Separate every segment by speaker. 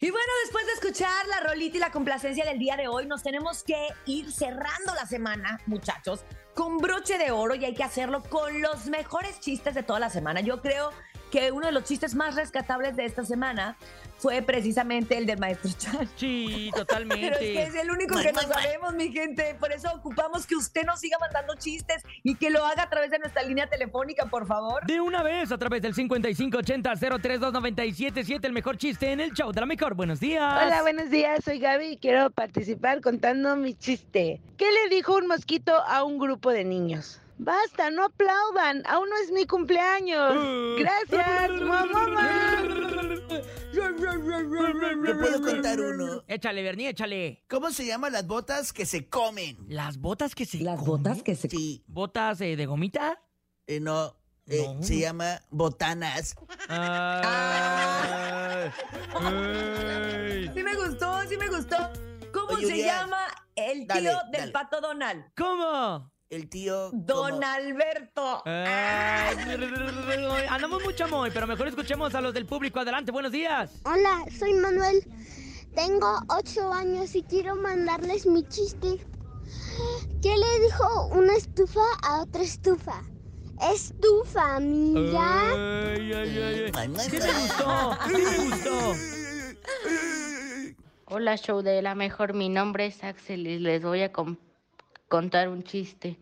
Speaker 1: Y bueno, después de escuchar la rolita y la complacencia del día de hoy, nos tenemos que ir cerrando la semana, muchachos, con broche de oro y hay que hacerlo con los mejores chistes de toda la semana. Yo creo que uno de los chistes más rescatables de esta semana fue precisamente el del maestro Chan.
Speaker 2: Sí,
Speaker 1: Pero es que
Speaker 2: totalmente.
Speaker 1: es el único que nos sabemos, mi gente. Por eso ocupamos que usted nos siga mandando chistes y que lo haga a través de nuestra línea telefónica, por favor.
Speaker 2: De una vez, a través del 5580-032977, el mejor chiste en el show de la mejor. Buenos días.
Speaker 3: Hola, buenos días. Soy Gaby y quiero participar contando mi chiste. ¿Qué le dijo un mosquito a un grupo de niños? Basta, no aplaudan. Aún no es mi cumpleaños.
Speaker 2: Uh.
Speaker 3: Gracias, mamá.
Speaker 4: Yo puedo contar uno.
Speaker 2: Échale, Bernie, échale.
Speaker 4: ¿Cómo se llaman las botas que se comen?
Speaker 2: Las botas que se.
Speaker 1: Las
Speaker 2: comen?
Speaker 1: botas que se...
Speaker 4: Sí,
Speaker 2: ¿Botas eh, de gomita?
Speaker 4: eh, no, eh,
Speaker 2: No.
Speaker 4: se llama botanas.
Speaker 2: Ah. Ay.
Speaker 1: Sí me gustó, sí me gustó. ¿Cómo
Speaker 4: Oye,
Speaker 1: se
Speaker 4: Urias,
Speaker 1: llama el tío
Speaker 4: dale,
Speaker 1: del
Speaker 4: dale.
Speaker 1: pato Donald?
Speaker 2: ¿Cómo?
Speaker 4: El tío. como-
Speaker 1: Don Alberto.
Speaker 4: Ah.
Speaker 2: Ay.
Speaker 1: Ah.
Speaker 2: Andamos mucho muy, pero mejor escuchemos a los del público. Adelante, buenos días.
Speaker 5: Hola, soy Manuel. Tengo ocho años y quiero mandarles mi chiste. ¿Qué le dijo una estufa a otra estufa? Estufa, mira.
Speaker 2: Ay, ay, ay, ay.
Speaker 4: Ay, ay,
Speaker 2: Sí me gustó, sí me gustó.
Speaker 6: Hola, show de la mejor. Mi nombre es Axel y les voy a com- contar un chiste.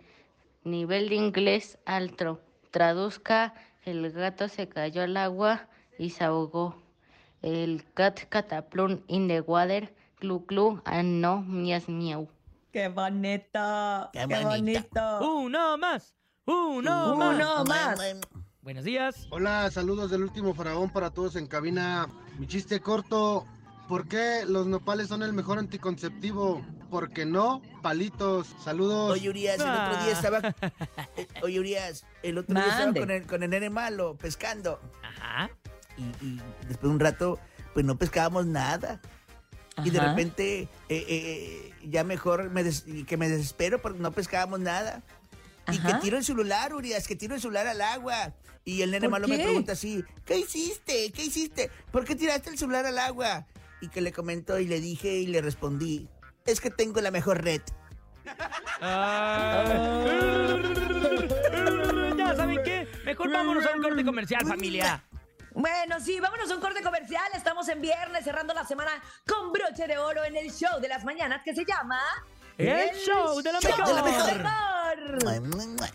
Speaker 6: Nivel de inglés alto. Traduzca, el gato se cayó al agua y se ahogó. El cat cataplum in the water, glu glu, and no mias miau.
Speaker 1: Qué bonito.
Speaker 4: Qué
Speaker 1: Qué,
Speaker 4: bonito.
Speaker 1: bonito.
Speaker 2: Uno más, uno,
Speaker 1: Uno
Speaker 2: más.
Speaker 1: más.
Speaker 4: ay, ay.
Speaker 2: Buenos días.
Speaker 7: Hola, saludos del último faraón para todos en cabina. Mi chiste corto, ¿por qué los nopales son el mejor anticonceptivo? Porque no, palitos. Saludos.
Speaker 4: Oye, Urias, el otro día estaba. eh, Oye, Urias, el otro día estaba
Speaker 1: Ah. Mande.
Speaker 4: con el, con el nene malo pescando.
Speaker 2: Ajá.
Speaker 4: Y, y después de un rato, pues no pescábamos nada. Y de
Speaker 1: Ajá.
Speaker 4: repente, eh, eh, ya mejor me des- que me desespero porque no pescábamos nada. Y que
Speaker 1: Ajá.
Speaker 4: tiro el celular, Urias, que tiro el celular al agua. Y el nene
Speaker 1: ¿Por
Speaker 4: malo me
Speaker 1: qué?
Speaker 4: pregunta así, ¿qué hiciste? ¿Qué hiciste? ¿Por qué tiraste el celular al agua? Y que le comentó y le dije y le respondí, es que tengo la mejor red.
Speaker 2: Ya saben qué, mejor vámonos a un corte comercial, familia.
Speaker 1: Bueno, sí, vámonos a un corte comercial. Estamos en viernes, cerrando la semana con broche de oro en el show de las mañanas que se llama
Speaker 2: El show de la
Speaker 4: Show de la
Speaker 2: mejor.
Speaker 4: mejor.
Speaker 1: Mejor.
Speaker 4: Mua, mua, mua.